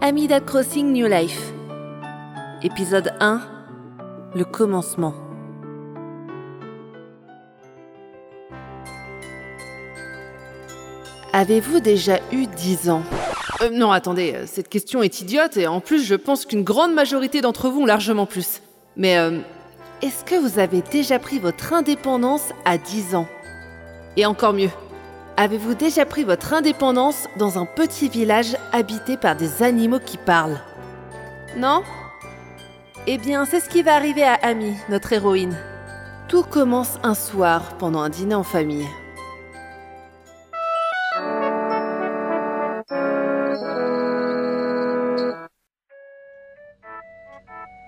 Amida Crossing New Life. Épisode 1. Le commencement. Avez-vous déjà eu 10 ans Euh, non, attendez, euh, cette question est idiote et en plus je pense qu'une grande majorité d'entre vous ont largement plus. Mais euh, Est-ce que vous avez déjà pris votre indépendance à 10 ans et encore mieux, Avez-vous déjà pris votre indépendance dans un petit village habité par des animaux qui parlent Non Eh bien, c'est ce qui va arriver à Amy, notre héroïne. Tout commence un soir pendant un dîner en famille.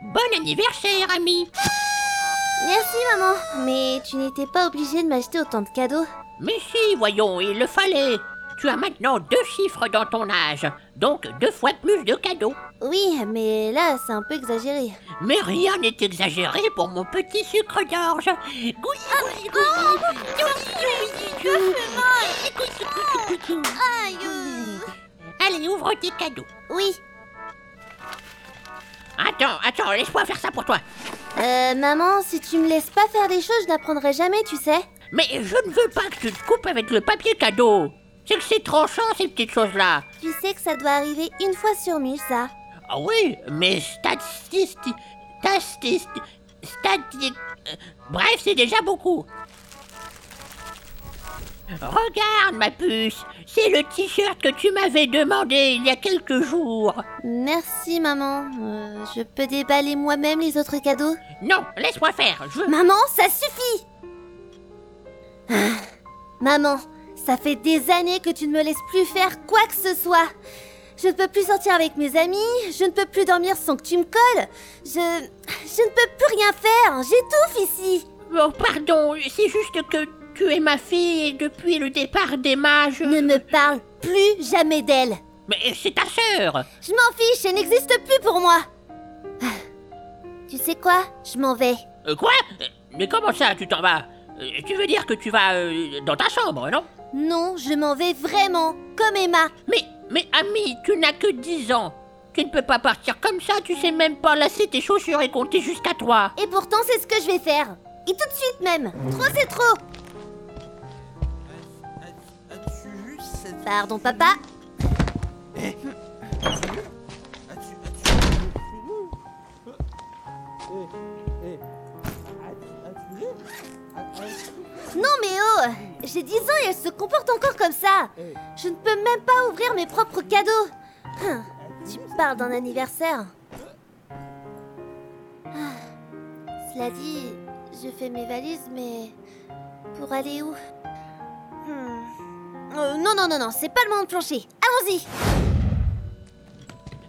Bon anniversaire, ami Merci maman, mais tu n'étais pas obligée de m'acheter autant de cadeaux. Mais si, voyons, il le fallait Tu as maintenant deux chiffres dans ton âge, donc deux fois plus de cadeaux. Oui, mais là c'est un peu exagéré. Mais rien n'est exagéré pour mon petit sucre d'orge Goui, goui, goui. Goui, goui, goui. Goui, goui, goui. Aïe Allez, ouvre tes cadeaux Oui, Attends, attends, laisse-moi faire ça pour toi euh, maman, si tu me laisses pas faire des choses, je n'apprendrai jamais, tu sais. Mais je ne veux pas que tu te coupes avec le papier cadeau C'est que c'est tranchant, ces petites choses-là Tu sais que ça doit arriver une fois sur mille, ça. Ah oui, mais statistiques, statistiques, statistiques. euh, Bref, c'est déjà beaucoup. Regarde, ma puce, c'est le t-shirt que tu m'avais demandé il y a quelques jours. Merci maman, Euh, je peux déballer moi-même les autres cadeaux Non, laisse-moi faire, je... Maman, ça suffit Ah, Maman, ça fait des années que tu ne me laisses plus faire quoi que ce soit. Je ne peux plus sortir avec mes amis, je ne peux plus dormir sans que tu me colles. Je... Je ne peux plus rien faire, j'étouffe ici. Oh, pardon, c'est juste que tu es ma fille et depuis le départ d'Emma, je... Ne me parle plus jamais d'elle. Mais c'est ta sœur Je m'en fiche, elle n'existe plus pour moi. Ah, Tu sais quoi Je m'en vais. Euh, Quoi Mais comment ça, tu t'en vas Euh, Tu veux dire que tu vas euh, dans ta chambre, non Non, je m'en vais vraiment, comme Emma. Mais, mais ami, tu n'as que 10 ans. Tu ne peux pas partir comme ça, tu sais même pas lasser tes chaussures et compter jusqu'à 3. Et pourtant, c'est ce que je vais faire. Et tout de suite même. Trop, c'est trop. Pardon, papa. Non, mais oh J'ai 10 ans et elle se comporte encore comme ça. Je ne peux même pas ouvrir mes propres cadeaux. Hum, Tu parles d'un anniversaire. Ah, Cela dit, je fais mes valises, mais pour aller où Hmm. Euh, non, non, non, non, c'est pas le moment de plancher. Allons-y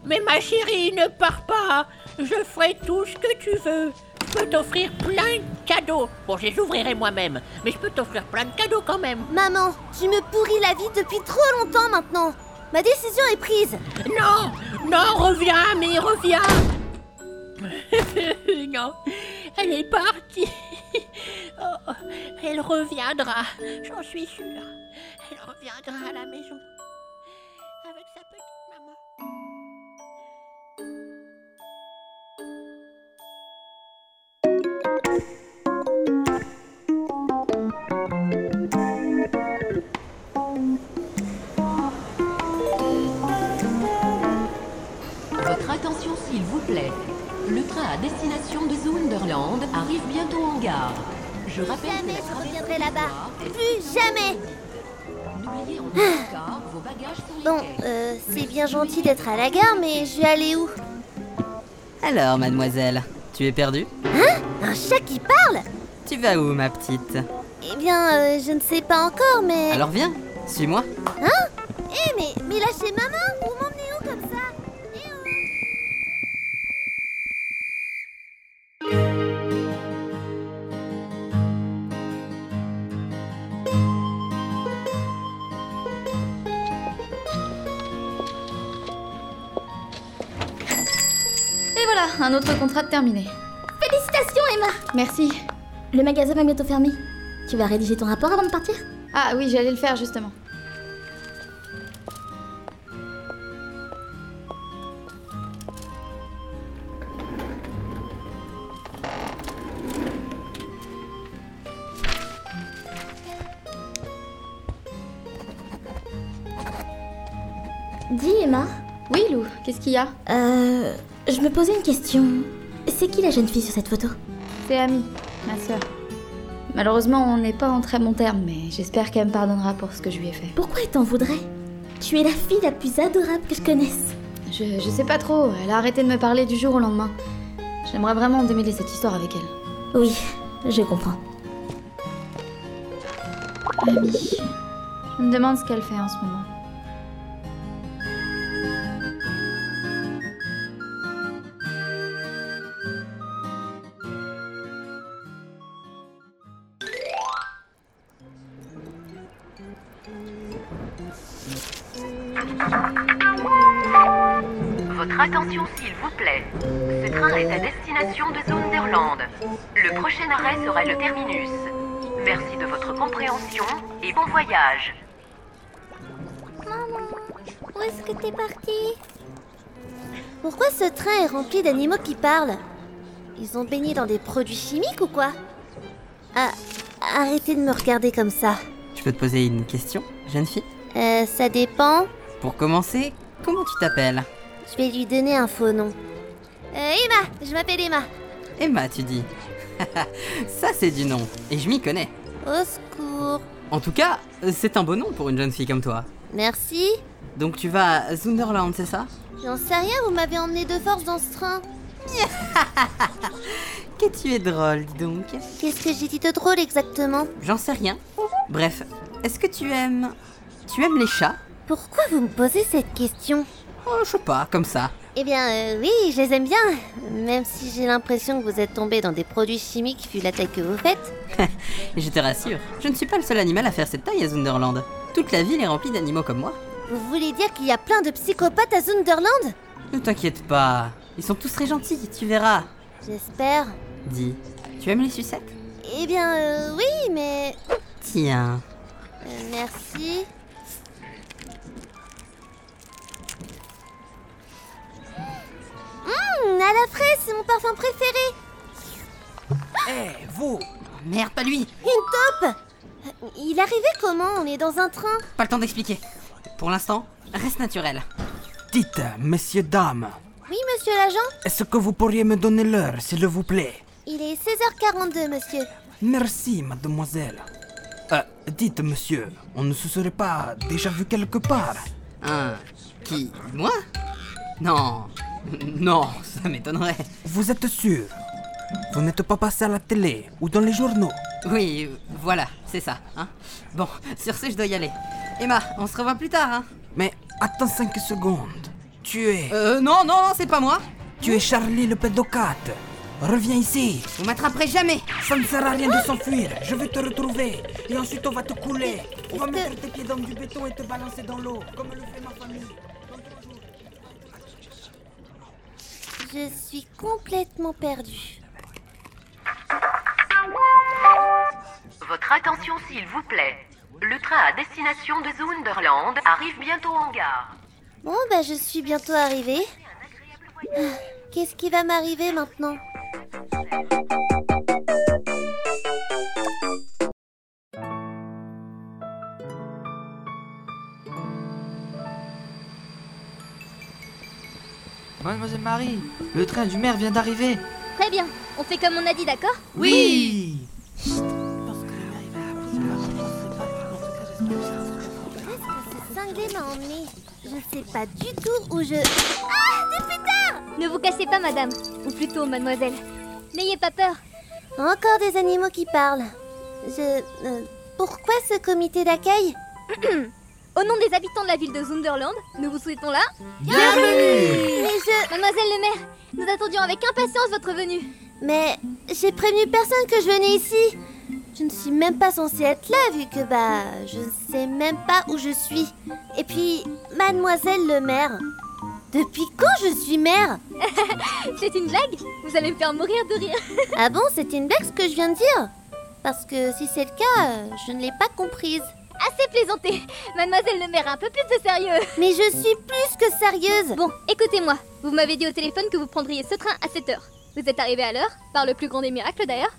Mais ma chérie, ne pars pas. Je ferai tout ce que tu veux. Je peux t'offrir plein de cadeaux. Bon, je les ouvrirai moi-même, mais je peux t'offrir plein de cadeaux quand même. Maman, tu me pourris la vie depuis trop longtemps maintenant. Ma décision est prise. Non, non, reviens, mais reviens. non, elle est partie. Oh, elle reviendra, j'en suis sûre. Elle reviendra à la maison avec sa petite maman. Votre attention s'il vous plaît. Le train à destination de Zunderland arrive bientôt en gare. Je rappelle que Jamais la je traversée reviendrai du là-bas. Var est Plus jamais. N'oubliez en aucun cas vos bagages sur les Bon, quais. euh, c'est bien gentil d'être à la gare, mais je vais aller où Alors, mademoiselle, tu es perdue Hein Un chat qui parle Tu vas où, ma petite Eh bien, euh, je ne sais pas encore, mais... Alors viens, suis-moi. Eh, mais, mais lâchez maman Vous m'emmenez où comme ça Eh oh Et voilà, un autre contrat de terminé. Félicitations, Emma Merci. Le magasin va bientôt fermer. Tu vas rédiger ton rapport avant de partir Ah oui, j'allais le faire justement. Dis Emma, Oui, Lou, qu'est-ce qu'il y a euh, je me posais une question. C'est qui la jeune fille sur cette photo C'est Ami, ma sœur. Malheureusement, on n'est pas en très bon terme, mais j'espère qu'elle me pardonnera pour ce que je lui ai fait. Pourquoi elle t'en voudrait Tu es la fille la plus adorable que je connaisse. Je, je sais pas trop, elle a arrêté de me parler du jour au lendemain. J'aimerais vraiment démêler cette histoire avec elle. Oui, je comprends. Ami. Je me demande ce qu'elle fait en ce moment. Votre attention, s'il vous plaît. Ce train est à destination de Zunderland. Le prochain arrêt sera le terminus. Merci de votre compréhension et bon voyage. Maman, où est-ce que t'es partie Pourquoi ce train est rempli d'animaux qui parlent Ils ont baigné dans des produits chimiques ou quoi Ah, arrêtez de me regarder comme ça. Je peux te poser une question, jeune fille Euh, ça dépend. Pour commencer, comment tu t'appelles Je vais lui donner un faux nom. Euh, Emma, je m'appelle Emma. Emma, tu dis. Ça, c'est du nom. Et je m'y connais. Au secours. En tout cas, euh, c'est un beau nom pour une jeune fille comme toi. Merci. Donc tu vas à Zunderland, c'est ça J'en sais rien, vous m'avez emmené de force dans ce train. Que tu es drôle, dis donc. Qu'est-ce que j'ai dit de drôle exactement J'en sais rien. Bref, est-ce que tu aimes... Tu aimes les chats Pourquoi vous me posez cette question Oh, je sais pas, comme ça. Eh bien, euh, oui, je les aime bien. Même si j'ai l'impression que vous êtes tombé dans des produits chimiques vu l'attaque que vous faites. Et je te rassure, je ne suis pas le seul animal à faire cette taille à Zunderland. Toute la ville est remplie d'animaux comme moi. Vous voulez dire qu'il y a plein de psychopathes à Zunderland Ne t'inquiète pas, ils sont tous très gentils, tu verras. J'espère. Dis, tu aimes les sucettes Eh bien, euh, oui, mais... Tiens, euh, merci. Hum, À la fraise, c'est mon parfum préféré vous Merde, pas lui Euh, Il arrivait comment On est dans un train Pas le temps d'expliquer. Pour l'instant, reste naturel. Dites, messieurs, dames, Oui, monsieur l'agent est-ce que vous pourriez me donner l'heure, s'il vous plaît Il est 16h42, monsieur. Merci, mademoiselle. Euh, dites, monsieur, on ne se serait pas déjà vu quelque part Hein Qui Moi Non. Non, ça m'étonnerait. Vous êtes sûr Vous n'êtes pas passé à la télé ou dans les journaux Oui, voilà, c'est ça, hein. Bon, sur ce, je dois y aller. Emma, on se revoit plus tard, hein. Mais attends 5 secondes. Tu es... Euh, non, non, non, c'est pas moi. Tu es Charlie le pédocate. Reviens ici. Vous m'attraperez jamais. Ça ne sert à rien de s'enfuir. Je vais te retrouver. Et ensuite, on va te couler. On va mettre tes pieds dans du béton et te balancer dans l'eau, comme le fait ma famille. Je suis complètement perdue. Votre attention, s'il vous plaît. Le train à destination de Zunderland arrive bientôt en gare. Bon, bah je suis bientôt arrivée. Ah, Qu'est-ce qui va m'arriver maintenant Mademoiselle Marie, le train du maire vient d'arriver. Très bien, on fait comme on a dit, d'accord Oui Ce cinglé m'a emmenée. Je sais pas du tout où je... Ah, des pétards Ne vous cassez pas, madame. Ou plutôt, mademoiselle. N'ayez pas peur. Encore des animaux qui parlent. Je... euh, pourquoi ce comité d'accueil Au nom des habitants de la ville de Zunderland, nous vous souhaitons là... Mais je... Mademoiselle le maire, nous attendions avec impatience votre venue. Mais j'ai prévenu personne que je venais ici. Je ne suis même pas censée être là vu que bah je ne sais même pas où je suis. Et puis mademoiselle le maire. Depuis quand je suis maire C'est une blague Vous allez me faire mourir de rire. Ah bon, c'était une blague ce que je viens de dire Parce que si c'est le cas, euh, je ne l'ai pas comprise. Assez plaisanté. Mademoiselle le maire, un peu plus de sérieux. Mais je suis plus que sérieuse. Bon, écoutez-moi. Vous m'avez dit au téléphone que vous prendriez ce train à 7 heures. Vous êtes arrivé à l'heure, par le plus grand des miracles d'ailleurs.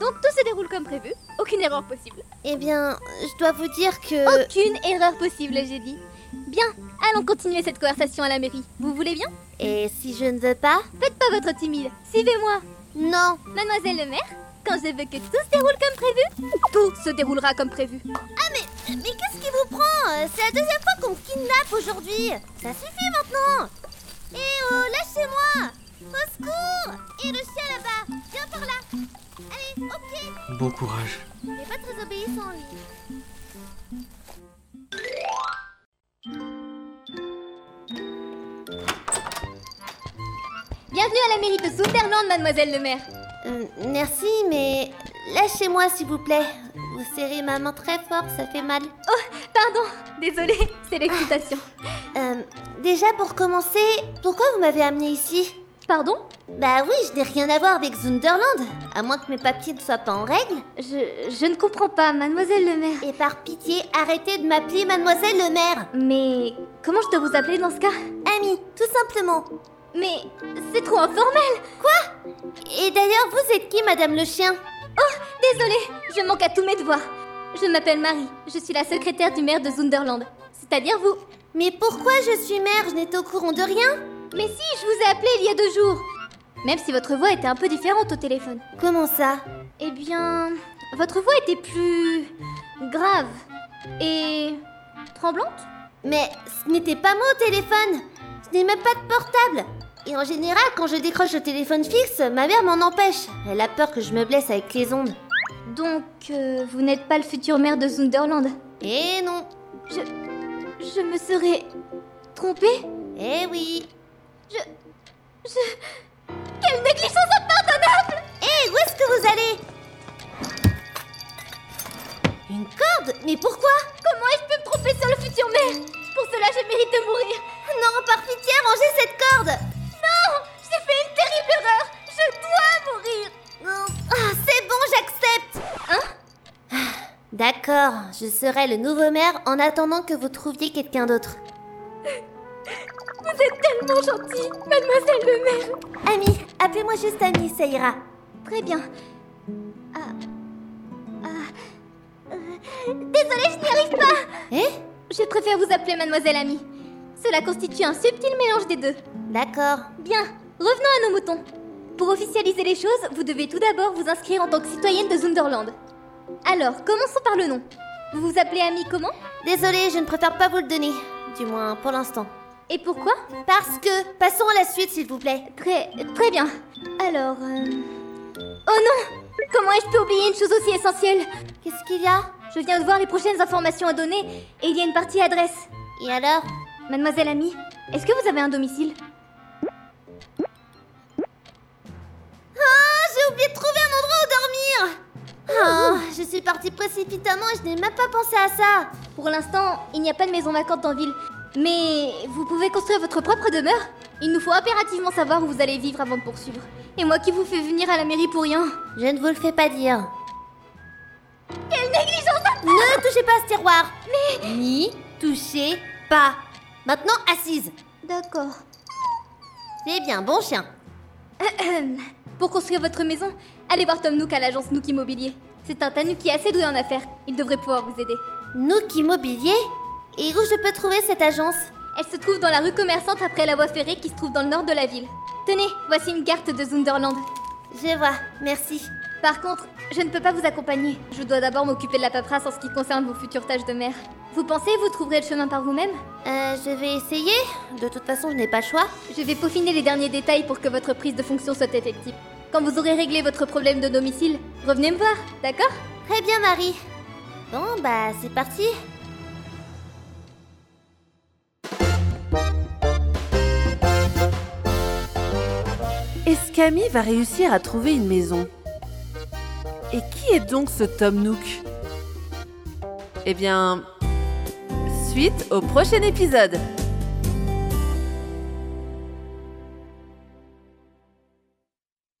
Donc tout se déroule comme prévu. Aucune erreur possible. Eh bien, je dois vous dire que... Aucune erreur possible, j'ai dit. Bien, allons continuer cette conversation à la mairie. Vous voulez bien Et si je ne veux pas Faites pas votre timide, suivez-moi. Non. Mademoiselle le maire, quand je veux que tout se déroule comme prévu, tout se déroulera comme prévu. Ah mais, mais qu'est-ce qui vous prend Euh, C'est la deuxième fois qu'on me kidnappe aujourd'hui. Ça suffit maintenant. Eh oh, lâchez-moi Au secours Et le chien là-bas Viens par là Allez, au pied Bon courage. Il n'est pas très obéissant lui. Bienvenue à la mairie de Sunderland, mademoiselle le maire. Euh, Merci, mais lâchez-moi s'il vous plaît. Vous serrez ma main très fort, ça fait mal. Pardon, désolée, c'est l'excitation. Euh, déjà pour commencer, pourquoi vous m'avez amené ici Pardon Bah oui, je n'ai rien à voir avec Zunderland, à moins que mes papiers ne soient pas en règle. Je, je ne comprends pas, mademoiselle le maire. Et par pitié, arrêtez de m'appeler mademoiselle le maire. Mais comment je dois vous appeler dans ce cas Ami, tout simplement. Mais c'est trop informel Et d'ailleurs, vous êtes qui, madame le chien Oh, Désolée, je manque à tous mes devoirs. Je m'appelle Marie, je suis la secrétaire du maire de Zunderland, c'est-à-dire vous. Mais pourquoi je suis mère Je n'étais au courant de rien. Mais si, je vous ai appelé il y a deux jours. Même si votre voix était un peu différente au téléphone. Comment ça Eh bien, votre voix était plus grave et tremblante. Mais ce n'était pas moi au téléphone. Ce n'est même pas de portable. Et en général, quand je décroche le téléphone fixe, ma mère m'en empêche. Elle a peur que je me blesse avec les ondes. Donc, euh, vous n'êtes pas le futur maire de Zunderland. Eh non. Je me serais trompée Eh oui. Quelle négligence impardonnable Hé, Eh, où est-ce que vous allez Une corde Mais pourquoi Comment ai-je pu me tromper sur le futur maire Pour cela, je mérite de mourir. Non, par pitié, rangez cette corde Non J'ai fait une terrible erreur Je dois mourir Non. Ah, c'est bon, j'accepte Ah, D'accord, je serai le nouveau maire en attendant que vous trouviez quelqu'un d'autre. Vous êtes tellement gentille, mademoiselle le maire Ami, appelez-moi juste Ami, ça ira. Très bien. Ah. Ah. Euh, Désolée, je n'y arrive pas Eh Je préfère vous appeler mademoiselle Amie. Cela constitue un subtil mélange des deux. D'accord. Bien, revenons à nos moutons. Pour officialiser les choses, vous devez tout d'abord vous inscrire en tant que citoyenne de Zunderland. Alors, commençons par le nom. Vous vous appelez Ami comment Désolée, je ne préfère pas vous le donner. Du moins, pour l'instant. Et pourquoi Parce que... Passons à la suite, s'il vous plaît. Très, très bien. Alors, euh, oh non Comment ai-je pu oublier une chose aussi essentielle Qu'est-ce qu'il y a Je viens de voir les prochaines informations à donner et il y a une partie adresse. Et alors Mademoiselle Amie, est-ce que vous avez un domicile Ah, j'ai oublié de trouver un endroit où dormir Ah, je suis partie précipitamment et je n'ai même pas pensé à ça Pour l'instant, il n'y a pas de maison vacante en ville, mais vous pouvez construire votre propre demeure. Il nous faut impérativement savoir où vous allez vivre avant de poursuivre. Et moi qui vous fais venir à la mairie pour rien. Je ne vous le fais pas dire. Quelle négligence Ne touchez pas à ce tiroir Mais... N'y touchez pas Maintenant, assise D'accord. C'est bien, bon chien Pour construire votre maison, allez voir Tom Nook à l'agence Nook Immobilier. C'est un Tanu qui est assez doué en affaires. Il devrait pouvoir vous aider. Nook Immobilier Et où je peux trouver cette agence Elle se trouve dans la rue commerçante après la voie ferrée qui se trouve dans le nord de la ville. Tenez, voici une carte de Zunderland. Je vois, merci. Par contre, je ne peux pas vous accompagner. Je dois d'abord m'occuper de la paperasse en ce qui concerne vos futures tâches de mère. Vous pensez vous trouverez le chemin par vous-même Euh, je vais essayer. De toute façon, je n'ai pas le choix. Je vais peaufiner les derniers détails pour que votre prise de fonction soit effective. Quand vous aurez réglé votre problème de domicile, revenez me voir, d'accord Très bien, Marie. Bon, bah, c'est parti. Est-ce qu'Amy va réussir à trouver une maison Et qui est donc ce Tom Nook Eh bien, suite au prochain épisode